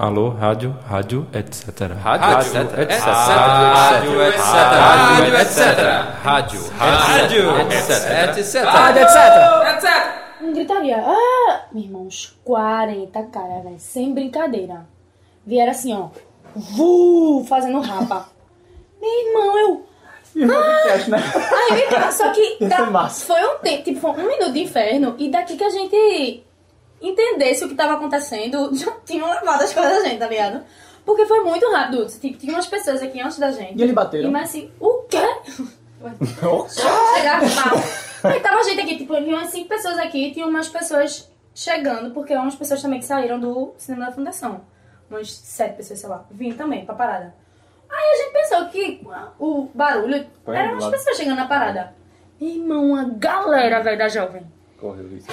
Alô, rádio, rádio, etc. Rádio, etc. Rádio, etc. Rádio, etc. Rádio, Rádio, etc. etc. Uma gritaria. Ah! Meu irmão, uns 40 caras, velho. Sem brincadeira. Vieram assim, ó. Vu! Fazendo rapa. Meu irmão, eu. Aí vem cá, só é que da- foi um tempo, tipo, foi um minuto de inferno, e daqui que a gente entendesse o que tava acontecendo, já tinham levado as coisas da gente, tá ligado? Porque foi muito rápido. Tipo, tinha umas pessoas aqui antes da gente. E eles bateram? E mas assim, o quê? Só chegar mal. Aí tava a gente aqui, tipo, tinha umas cinco pessoas aqui e tinha umas pessoas chegando, porque umas pessoas também que saíram do cinema da fundação. Umas sete pessoas, sei lá. Vim também pra parada. Aí a gente pensou que o barulho Foi era do umas lado. pessoas chegando na parada. Irmão, a galera, velho, da jovem. É, Corre, Luiz.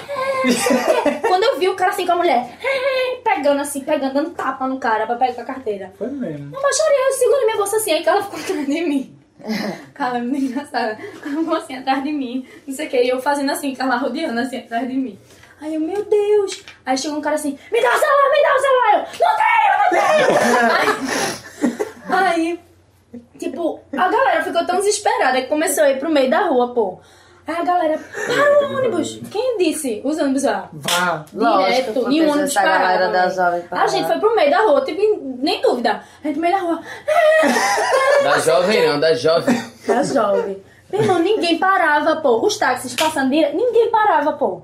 Quando eu vi o cara assim com a mulher, pegando assim, pegando, dando tapa no cara pra pegar a carteira. Foi mesmo. Uma baixaria, eu segurei minha bolsa assim, aí que ela ficou atrás de mim. Cara, muito engraçada. Com a bolsinha assim atrás de mim, não sei o que. E eu fazendo assim, com ela rodeando assim atrás de mim. Aí eu, meu Deus. Aí chegou um cara assim, me dá o celular, me dá o celular. Eu, não tenho, não tenho. aí, aí, tipo, a galera ficou tão desesperada que começou a ir pro meio da rua, pô. Aí a galera, para o ônibus. Quem disse os ônibus lá? Vá. Lógico, Direto, e foi o preciso ônibus essa parava, galera da velho. jovem A parava. gente foi pro meio da rua, tipo, nem dúvida. A gente no meio da rua, Da jovem não, da jovem. Era É jovem. Meu irmão, ninguém parava, pô. Os táxis passando direto, ninguém parava, pô.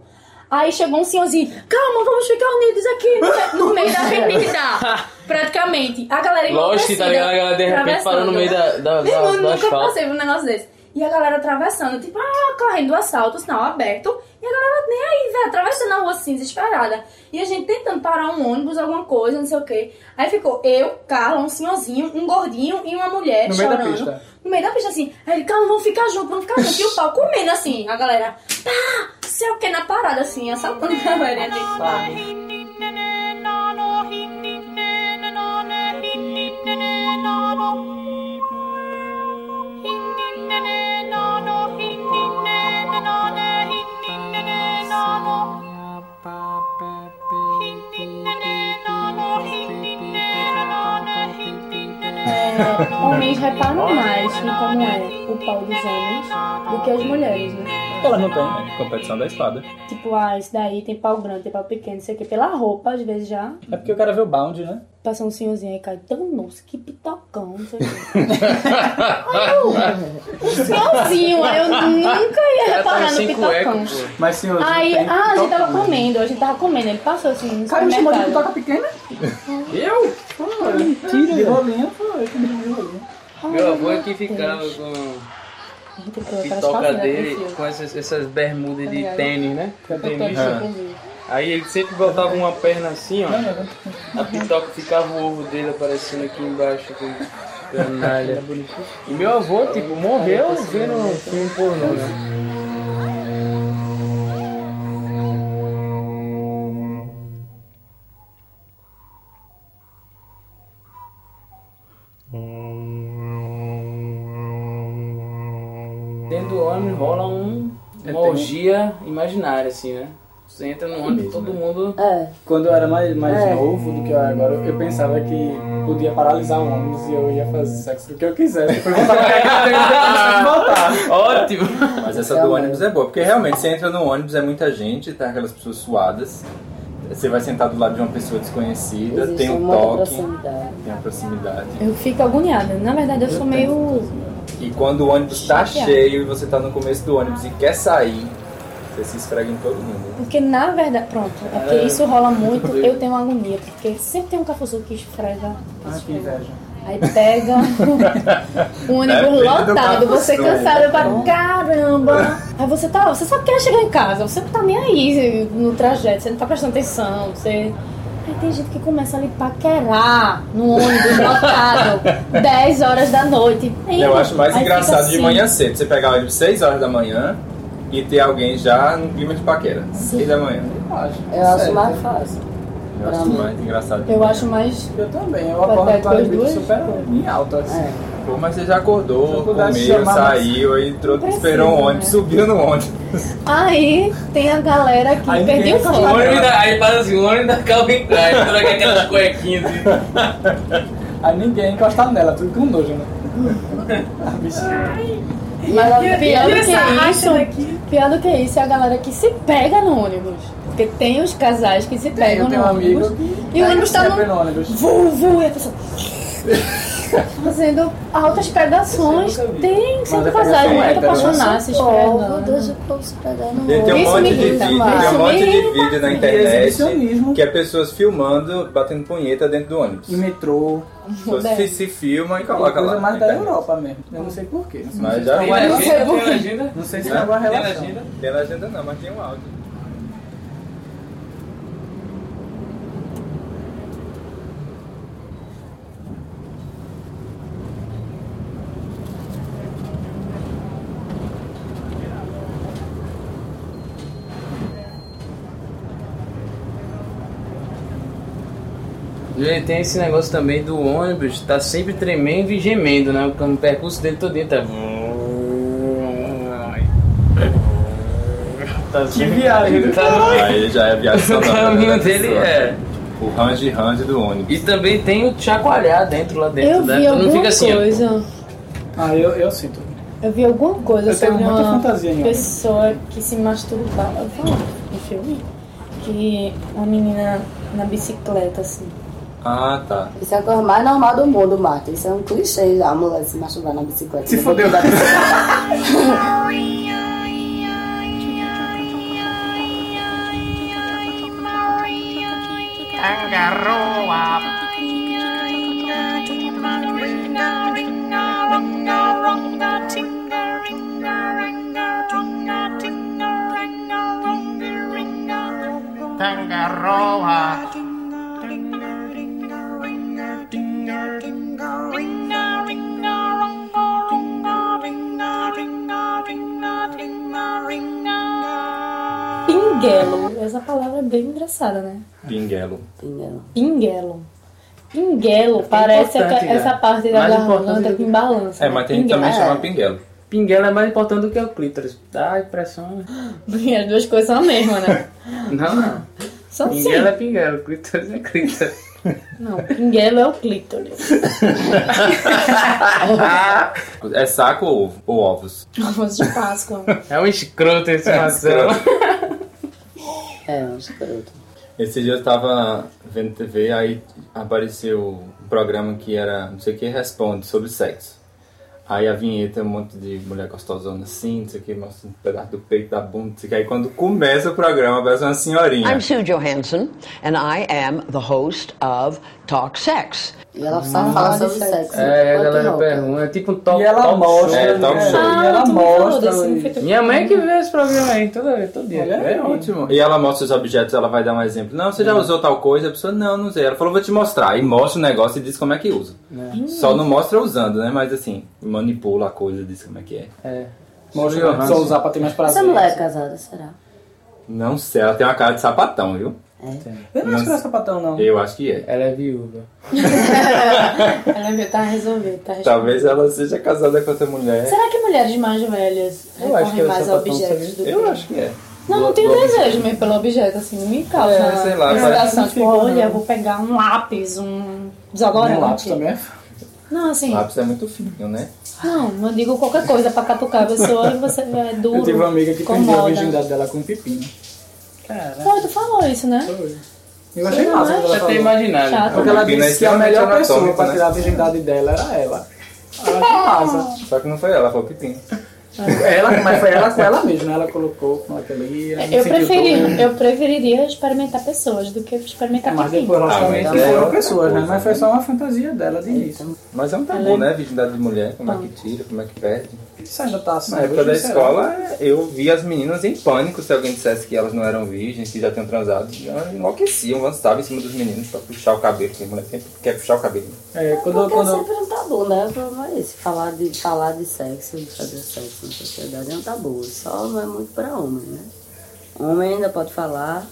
Aí chegou um senhorzinho, calma, vamos ficar unidos aqui no, me- no meio da avenida. Praticamente. A galera Lógico, tá ligado? A galera de repente atravessando. né? parou no meio da, da, Meu da, irmão, do nunca asfalto. passei por um negócio desse. E a galera atravessando, tipo, ah, correndo do assalto, sinal aberto. E a galera nem aí, velho, atravessando a rua assim, desesperada. E a gente tentando parar um ônibus, alguma coisa, não sei o quê. Aí ficou eu, Carla, um senhorzinho, um gordinho e uma mulher No meio da chorando. pista. No meio da pista, assim. Aí ele, Carla, vamos ficar junto, vamos ficar junto. E o pau comendo, assim, a galera, pá, sei o que, na parada, assim, assaltando a galera. E a gente, pá. É, homens reparam mais em como é o pau dos homens do que as mulheres, né? Ela não tem. Competição da espada. Tipo, ah, esse daí tem pau grande, tem pau pequeno, não sei o que. Pela roupa, às vezes já. É porque eu quero ver o bound, né? Passou um senhorzinho aí, cai tão nossa, que pitocão, não sei o que. Um senhorzinho, aí eu nunca ia Ela reparar tava no sem cueca, tá pitocão. pô. Mas senhor. Aí, ah, a gente tava comendo, a gente tava comendo, ele passou assim no Cara, me chamou de supermercado. pipoca pequena? Eu? Foi. Mentira. De rolinha, foi. Que me chamou de rolinha. Meu avô é que ficava com A gente a ficou aquelas pitoca calcinhas dele, dele. com essas, essas bermudas de Obrigada. tênis, né? Inclusive. Aí ele sempre botava uma perna assim, ó. Era A pitoca ficava o ovo dele aparecendo aqui embaixo com canalha. E meu avô, tipo, morreu vendo um filme pornô, né? Dentro do ônibus rola um, uma orgia imaginária, assim, né? Você entra no ônibus, todo mundo... É, Quando eu era mais, mais É. novo do que eu era agora, eu pensava que podia paralisar o ônibus e eu ia fazer sexo do que eu quisesse. Depois eu voltava pra casa e eu ia voltar. Ótimo! Mas essa do ônibus é boa, porque realmente você entra no ônibus, é muita gente, tá aquelas pessoas suadas. Você vai sentar do lado de uma pessoa desconhecida, existe tem um muita toque, proximidade. tem a proximidade. Eu fico agoniada. Na verdade, eu sou meio. E quando o ônibus tá Chateado. cheio e você tá no começo do ônibus e quer sair, você se esfrega em todo mundo. Porque na verdade, pronto, é porque isso rola muito, eu tenho agonia, porque sempre tem um cafuzu que esfrega, que Ah, que esfrega. inveja. aí pega um ônibus É Depende do né? lotado, você cafuçu. cansado pra caramba. Aí você tá, você sabe que vai chegar em casa, você não tá nem aí no trajeto, você não tá prestando atenção, você. Aí tem gente que começa a lhe paquerar no ônibus lotado, 10 horas da noite. eu acho mais Aí fica engraçado de assim. manhã cedo, você pegar o ônibus 6 horas da manhã e ter alguém já no clima de paquera. 6 da manhã. Eu acho. Eu acho Sério. mais fácil. Eu acho Pra mim. mais engraçado. Eu acho mais Eu também, eu Pode acordo pegar com a as libido duas? super em alta, assim. É. Pô, mas você já acordou, Se eu pudesse comeu, chamar, mas- saiu, aí entrou, Não precisa, esperou um ônibus, né? subiu no ônibus. Aí tem a galera que Aí perdeu o ninguém O fone. ônibus da- aí faz assim, o ônibus da Calvin Klein, troca aquelas cuequinhas assim. Aí ninguém encostava nela, tudo com nojo, né? Ah, A bichinha. Mas pior do essa que racha isso, pior do que isso é a galera que se pega no ônibus. Porque tem os casais que se pegam Eu tenho no um amigo ônibus. que E o ônibus tá sempre no. no ônibus. Vu, vu, e a pessoa. Fazendo altas pregações. Tem sempre Mas é casais pegação muito hétero, né? apaixonados, se um Povo, esfregando. deixa o povo se pegar no Tem, tem um é né? Isso monte me olho. de irrita, vídeo, tem Marcos. um Isso monte me de vídeo na exibicionismo. internet que é pessoas filmando, batendo punheta dentro do ônibus. E metrô. Pessoas se, se filma e Uma coloca coisa lá. Hum. mais na da internet. Europa mesmo. Eu não sei porquê. Não Mas é sei já se vi. tem uma- Não sei por quê. agenda? Não sei se Já tem alguma Tem relação. agenda? Tem na agenda não, mas tem um áudio. Gente, tem esse negócio também do ônibus, tá sempre tremendo e gemendo, né? Porque O percurso dele todinho tá. tá Que viagem, né? Tá Aí já é viagem no... O sonora, caminho né, dele pessoa? é. O range range do ônibus. E também tem o chacoalhar dentro lá dentro, Eu né? vi Tu não alguma fica assim, ó. coisa. Ah, eu, eu sinto. Eu vi alguma coisa Eu tenho sobre muita uma fantasia em ônibus. pessoa que se masturbava no filme. Que uma menina na bicicleta, assim. Ah, tá. Isso é a coisa mais normal do mundo, Marta. Isso é um clichê já, a mulher se masturbar na bicicleta. Se fodeu da Agarrou a Tangaroa. Pinguelo. Essa palavra é bem engraçada, né? Pinguelo. Entendeu? Pinguelo. Pinguelo parece a- importante, essa né? parte da Mais importante garganta do que que- balança. né? É, mas tem gente que também Pinguelo. chama pinguelo. Pinguela é mais importante do que o clítoris. Dá impressão. né? também. As duas coisas são a mesma, né? Não, não. São sim. Pinguela é pinguela, clítoris é clítoris. Não, pinguelo é o clítoris. É saco ou ovo? Ou ovos? Ovos de Páscoa. É um escroto esse maçã. É, um escroto. Esse dia eu tava vendo TV, aí apareceu um programa que era, não sei o que, responde sobre sexo. Aí a vinheta, um monte de mulher gostosona assim, não sei o que, mostra um pedaço do peito, da bunda, não sei o que. Aí quando começa o programa, aparece uma senhorinha. I'm Sue Johansson, and I am the host of Talk Sex. E ela só fala sobre sexo. É, a Quanto galera não, pergunta. É tipo um top, E ela top mostra. É, top né? show. E ela Ah, tu me falou mostra. desse, não foi e- tu- Minha mãe que vê esse programa aí todo, todo dia. né? Olha aí. É ótimo. E ela mostra os objetos, ela vai dar um exemplo. Não, você já usou tal coisa? A pessoa, não, não usei. Ela falou, vou te mostrar. E mostra o negócio e diz como é que usa. Hum. Só não mostra usando, né? Mas assim, manipula a coisa, diz como é que é. É. Mostra pra pessoa usar pra ter mais prazer. Essa mulher é casada, será? Não sei, ela tem uma cara de sapatão, viu? Eu não acho que ela é sapatão, não. Eu acho que é. Ela é viúva. Ela veio, tá resolvido, tá resolvido. Talvez ela seja casada com outra mulher. Será que mulheres mais velhas Eu acho que recorrem eu é mais a sou sapatão, objetos sim. do que... Eu acho que é. Não, não Vou- tenho vou- desejo mesmo pelo objeto, assim, não me causa É, sei lá, excitação. parece- Tipo, olha, vou pegar um lápis, um Um desodorante. lápis também é Não, assim, Lápis é muito fino, né? não, não digo qualquer coisa pra catucar a pessoa e você é duro, Eu tive uma amiga que perdeu a incomoda. virgindade dela com um pepino. Cara. Pô, tu falou isso, né? Eu achei Sei lá, massa quando ela Já tem falou. imaginado. Chato. Porque ela Pepino é disse que a melhor extremamente pessoa anatômico, pra né? tirar a virgindade dela era ela. Ela que massa. Só que não foi ela, foi o Pipim. Ela, mas foi ela com ela mesma, né? ela colocou com aquela ali. ela não Eu, sentiu dor, preferi, né? eu preferiria experimentar pessoas do que experimentar Mas pepino. depois ela Ah, também mas é foram outra pessoas, né? coisa, Mas foi né? só uma fantasia dela de início. Mas é um tabu, né? Virgindade de mulher, como é que tira, como é que perde. Isso ainda tá assim. Na época da escola, eu vi as meninas em pânico se alguém dissesse que elas não eram virgens, que já tinham transado. Elas enlouqueciam, avançavam em cima dos meninos pra puxar o cabelo, porque a mulher sempre quer puxar o cabelo. É, quando, Porque é quando, sempre um tabu, né? O problema é esse. Falar de, falar de sexo, de fazer sexo na sociedade é um tabu. Só não é muito pra homem, né? Homem ainda pode falar,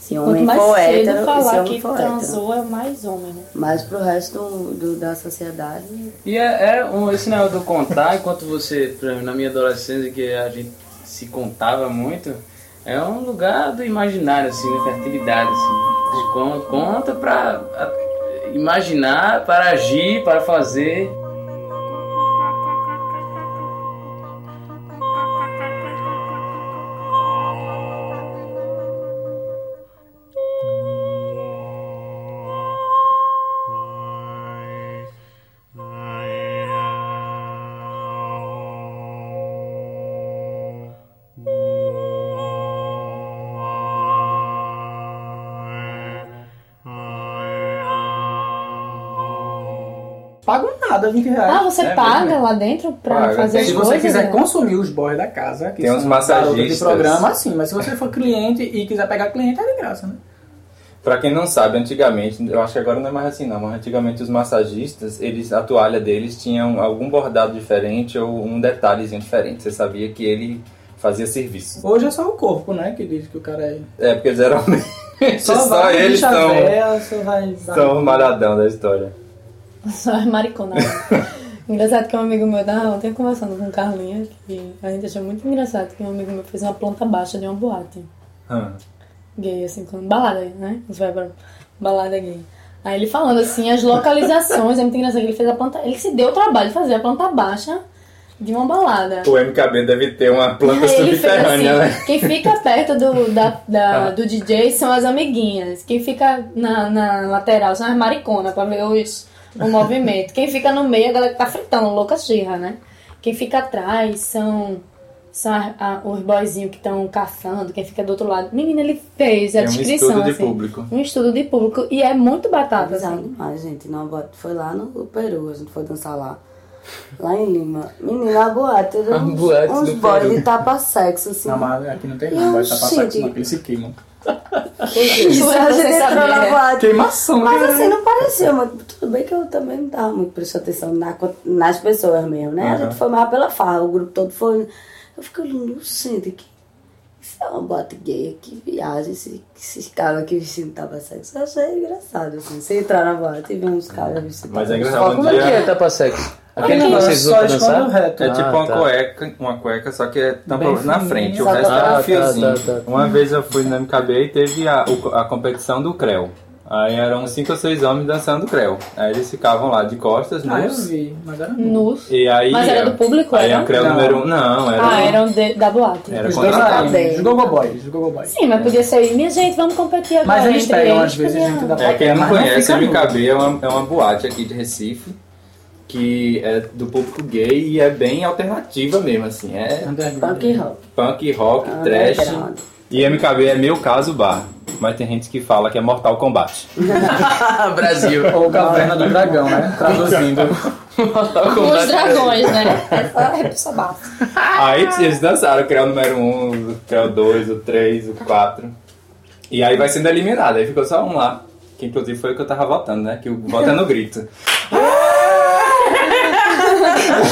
Se Quanto homem mais for cedo hétero, e se falar homem que for hétero. transou, é mais homem, né? Mas pro resto do- do- da sociedade, E é, é um, esse negócio do contar, enquanto você, por exemplo, na minha adolescência, que a gente se contava muito, é um lugar do imaginário, assim, da fertilidade, assim. De con- conta pra a- imaginar, para agir, para fazer. Pagam nada, 20 reais. Ah, você É paga mesmo. lá dentro pra Paga. fazer as se coisas? você quiser né? consumir os boys da casa, que Tem são uns garotas massagistas. de programa, sim. Mas se você for cliente e quiser pegar cliente, é de graça, né? Pra quem não sabe, antigamente, eu acho que agora não é mais assim não, mas antigamente os massagistas, eles, a toalha deles tinha um- algum bordado diferente ou um detalhezinho diferente. Você sabia que ele fazia serviço. Hoje é só o corpo, né? Que diz que o cara é... É, porque geralmente só, vai eles bicha são, véia, só vai... são o malhadão da história. Só é maricona. engraçado que um amigo meu tava ontem conversando com o Carlinha, que a gente achou muito engraçado que um amigo meu fez uma planta baixa de uma boate. Ah. Hum. Gay, assim, quando balada, né? Você vai pra balada gay. Aí ele falando assim, as localizações, é muito engraçado que ele fez a planta. Ele se deu o trabalho de fazer a planta baixa de uma balada. O MKB deve ter uma planta Aí ele fez assim, subterrânea, né? Tá. quem fica perto do, da, da- do DJ são as amiguinhas. Quem fica na, na lateral são as mariconas, pra ver os, o movimento. Quem fica no meio é a galera que tá fritando, louca xirra, né? Quem fica atrás são, são a- a- os boyzinhos que estão caçando, quem fica do outro lado. Menina, ele fez É a um descrição, estudo de assim. público. Um estudo de público e é muito batata, Bizarro assim. demais, gente. Não, bota- foi lá no Peru, a gente foi dançar lá. Lá em Lima. Menina, a boate era A uns, boate uns do boys Peru. de tapa-sexo, assim. Não, mas aqui não tem Eu não. Vai tapar achei sexo, que- não, que eles se queimam. Isso, a gente entrou na boate. Queimação, né? Mas cara. assim, não parecia muito. Tudo bem que eu também não tava muito prestando atenção na quan- nas pessoas mesmo, né? A gente foi mais pela farra, o grupo todo foi. Eu fico olhando, gente, que. Isso é uma boate gay, que viagem, esse- esses caras aqui vestindo tava sexo. Eu achei engraçado, assim, você entrar na boate e ver uns caras vestindo Mas é tapa-sexo. engraçado. Um Como é que é dia... tapa sexo? Aquele que Não, vocês usam só pra esconde o dançar? reto. É tipo Ah, uma tá. cueca, uma cueca, só que é tampa Bem na fininha, frente, o só resto pra- é Ah, tá, um fiozinho. tá, tá. Uma vez eu fui no MKB e teve a, o- a competição do Creu. Aí eram cinco ou seis homens dançando Creu. Aí eles ficavam lá de costas, Ah, eu nus. vi, mas era... Nus. E aí. é, Mas era do público, Aí era? o Creu Não. número um. É, Não, era. Ah, eram de- da boate. Era Os dois contratado. saíram, os gogo boys, os gogo boys. Sim, mas podia ser, minha gente, vamos competir agora. Mas eles entre pegam, eles, às vezes, podia- gente da É, quem não mas não conhece, fica o nudo. MKB é uma, é uma boate aqui de Recife que é do público gay e é bem alternativa mesmo, assim. É Underground. Punk rock. punk, rock, Ah, underground. trash. E MKB é meu caso bar. Mas tem gente que fala que é Mortal Kombat. Brasil. Ou Caverna do Dragão, né? Traduzindo. Os dragões, né? Ai, pessoa bata. Aí eles dançaram, criar o número 1, um, criar o 2, o 3, o 4. E aí vai sendo eliminado, aí ficou só um lá. Que inclusive foi o que eu tava votando, né? Que o voto é no grito.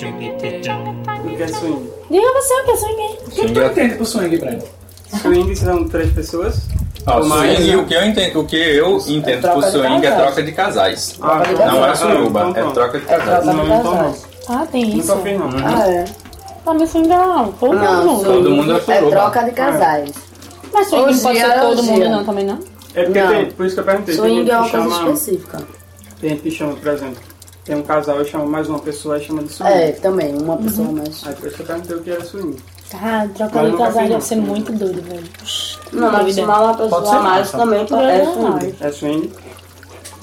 O que é swing? Diga você o que eu sou ninguém. O que tu entende por swing, Breno? Swing são três pessoas? Ó, Mas- swing, o que eu entendo, o que eu entendo por troca de swing é casais. troca de casais. Ah, Não é ah, suruba, então é pronto. troca de casais. Não, então não. Ah, tem isso. Nunca fiz, não. Ah, é. Tá me swing não. Todo Não, mundo. Todo mundo é swing é suruba. troca de casais. Mas swing não Hoje pode é ser todo hoje. mundo não também, não? É porque Não. tem, por isso que eu perguntei. tem gente Swing que é uma coisa chama- específica. Tem gente que chama, por exemplo, tem um casal e chama mais uma pessoa e chama de swing. É, também, uma pessoa mais. Aí por isso que eu perguntei o que era swing. Cara, Mas trocar de nunca casal fiz, deve não. ser muito doido, velho. Puxa, Não, mas doida. chamar uma Pode ser pessoa a mais massa. também é swing. É swing.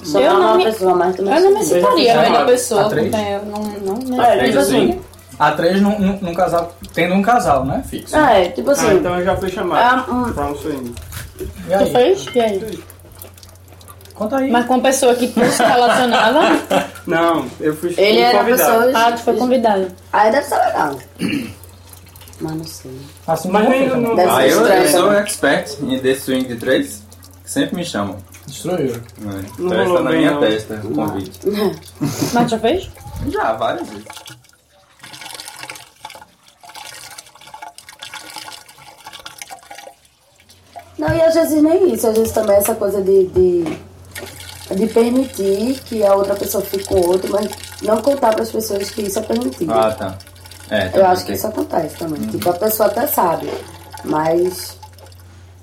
Chamar não uma me- pessoa a mais também Eu não me é swing. citaria, Chama velho, a a pessoa. atriz. porque eu Não, não, não. né? É, tipo assim. A três num, num, num casal, tendo um casal, né? Fixo. É, tipo Ah, assim. então eu já fui chamado Ah, hum. pra um swing. E Tu aí? fez? E aí? Conta aí. Mas com a pessoa que tu se relacionava, Não, eu fui Ele fui era a convidado. pessoa- ah, tu foi convidado. Aí deve ser legal. Mas não sei. Assim, Mas nem não... não... Deve Ah, ser eu, eu estranho. sou expert em The Swing de 3. Sempre me chamam. Destruiu. Né? Então Não está rolou na bem, minha não. testa o convite. Mas já fez? Já, várias vezes. Não, e às vezes nem isso, às vezes também essa coisa de, de, de permitir que a outra pessoa fique com o outro, mas não contar para as pessoas que isso é permitido. Ah, tá. É, Eu acho que isso acontece também. Tipo, a pessoa até sabe, mas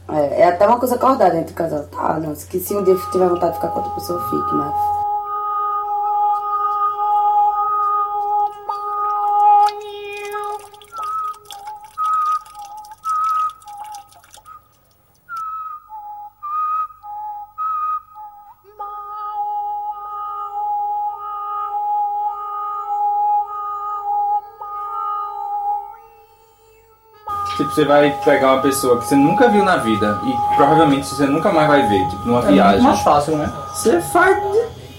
é, é até uma coisa acordada entre o casal. Tá, não, se- que se um dia tiver vontade de ficar com outra pessoa, fique, mas. Tipo, você vai pegar uma pessoa que você nunca viu na vida e provavelmente você nunca mais vai ver, tipo, numa É viagem. mais fácil, né? Você faz.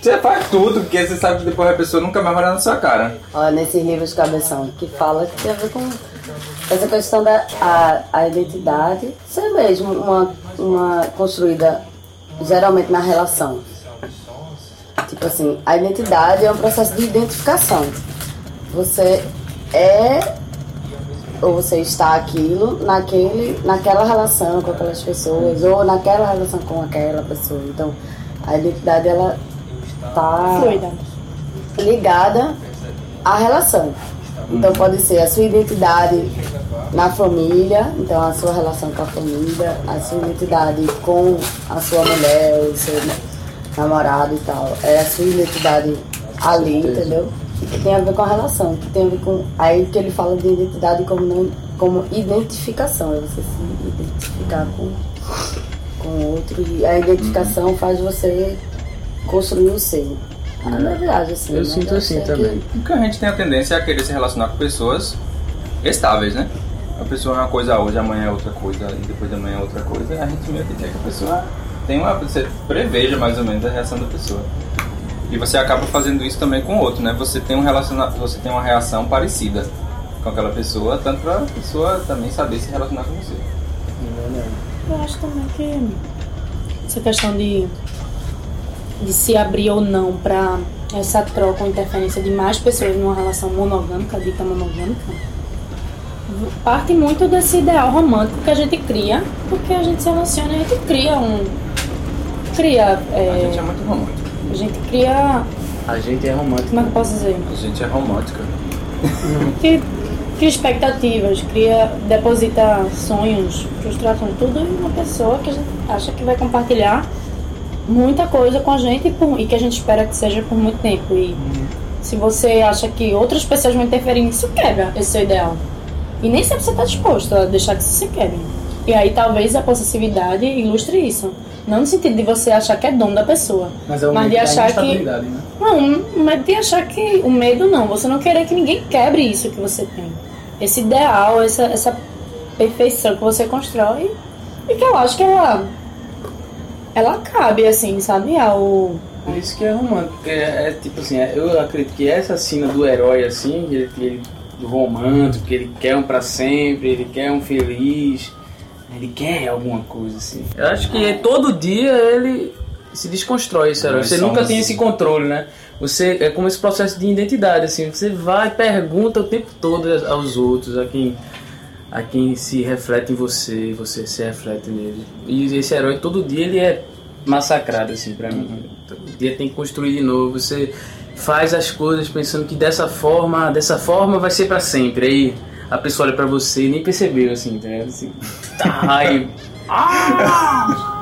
Você faz tudo, porque você sabe que depois a pessoa nunca mais vai olhar na sua cara. Olha, nesse livro de cabeção, que fala que tem a ver com essa questão da a, a identidade ser mesmo uma, uma construída geralmente na relação. Tipo assim, a identidade é um processo de identificação. Você é ou você está aquilo naquele, naquela relação com aquelas pessoas ou naquela relação com aquela pessoa. Então, a identidade ela tá Fluida. ligada à relação. Então pode ser a sua identidade na família, então a sua relação com a família, a sua identidade com a sua mulher, o seu namorado e tal. É a sua identidade ali, entendeu? E que tem a ver com a relação, que tem a ver com. Aí que ele fala de identidade como, não- como identificação, é você se identificar com, com o outro. E a identificação faz você construir o seu. Ah, na verdade, assim. Eu né? sinto Eu assim sei que- também. Porque a gente tem a tendência é a querer se relacionar com pessoas estáveis, né? A pessoa é uma coisa hoje, amanhã é outra coisa, e depois de amanhã é outra coisa, e a gente meio que quer que a pessoa tem uma. Você preveja mais ou menos a reação da pessoa. E você acaba fazendo isso também com o outro, né? Você tem um relaciona... você tem uma reação parecida com aquela pessoa, tanto pra pessoa também saber se relacionar com você. Eu acho também que essa questão de, de se abrir ou não para essa troca ou interferência de mais pessoas numa relação monogâmica, dita monogâmica, parte muito desse ideal romântico que a gente cria, porque a gente se relaciona e a gente cria um. Cria. é, A gente é muito romântico. a gente cria. A gente é romântico. Como é que eu posso dizer? A gente é romântica. que cria expectativas, cria, deposita sonhos, frustrações, tudo em uma pessoa que a gente acha que vai compartilhar muita coisa com a gente e, por- e que a gente espera que seja por muito tempo. E se você acha que outras pessoas vão interferir nisso, quebra esse seu ideal. E nem sempre você está disposto a deixar que isso se quebre. E aí talvez a possessividade ilustre isso. Não no sentido de você achar que é dono da pessoa. Mas é o Mas medo de da achar que- instabilidade, né? Não, o medo de achar que. O medo não, você não querer que ninguém quebre isso que você tem. Esse ideal, essa, essa perfeição que você constrói. E que eu acho que ela. Ela cabe, assim, sabe? Ao. Por isso que é romântico, porque é, é tipo assim, é- eu acredito que essa cena do herói assim, que ele, que ele- do romântico, que ele quer um pra sempre, ele quer um feliz, ele quer alguma coisa assim. Eu acho que todo dia ele se desconstrói esse herói. Nós Você somos- nunca tem esse controle, né? Você é como esse processo de identidade assim, você vai e pergunta o tempo todo aos outros, a quem a quem se reflete em você, você se reflete nele. E esse herói todo dia ele é massacrado assim pra mim. Todo dia tem que construir de novo. Você faz as coisas pensando que dessa forma, dessa forma vai ser pra sempre. Aí a pessoa olha pra você e nem percebeu assim, entendeu? Assim, tá, aí, ah!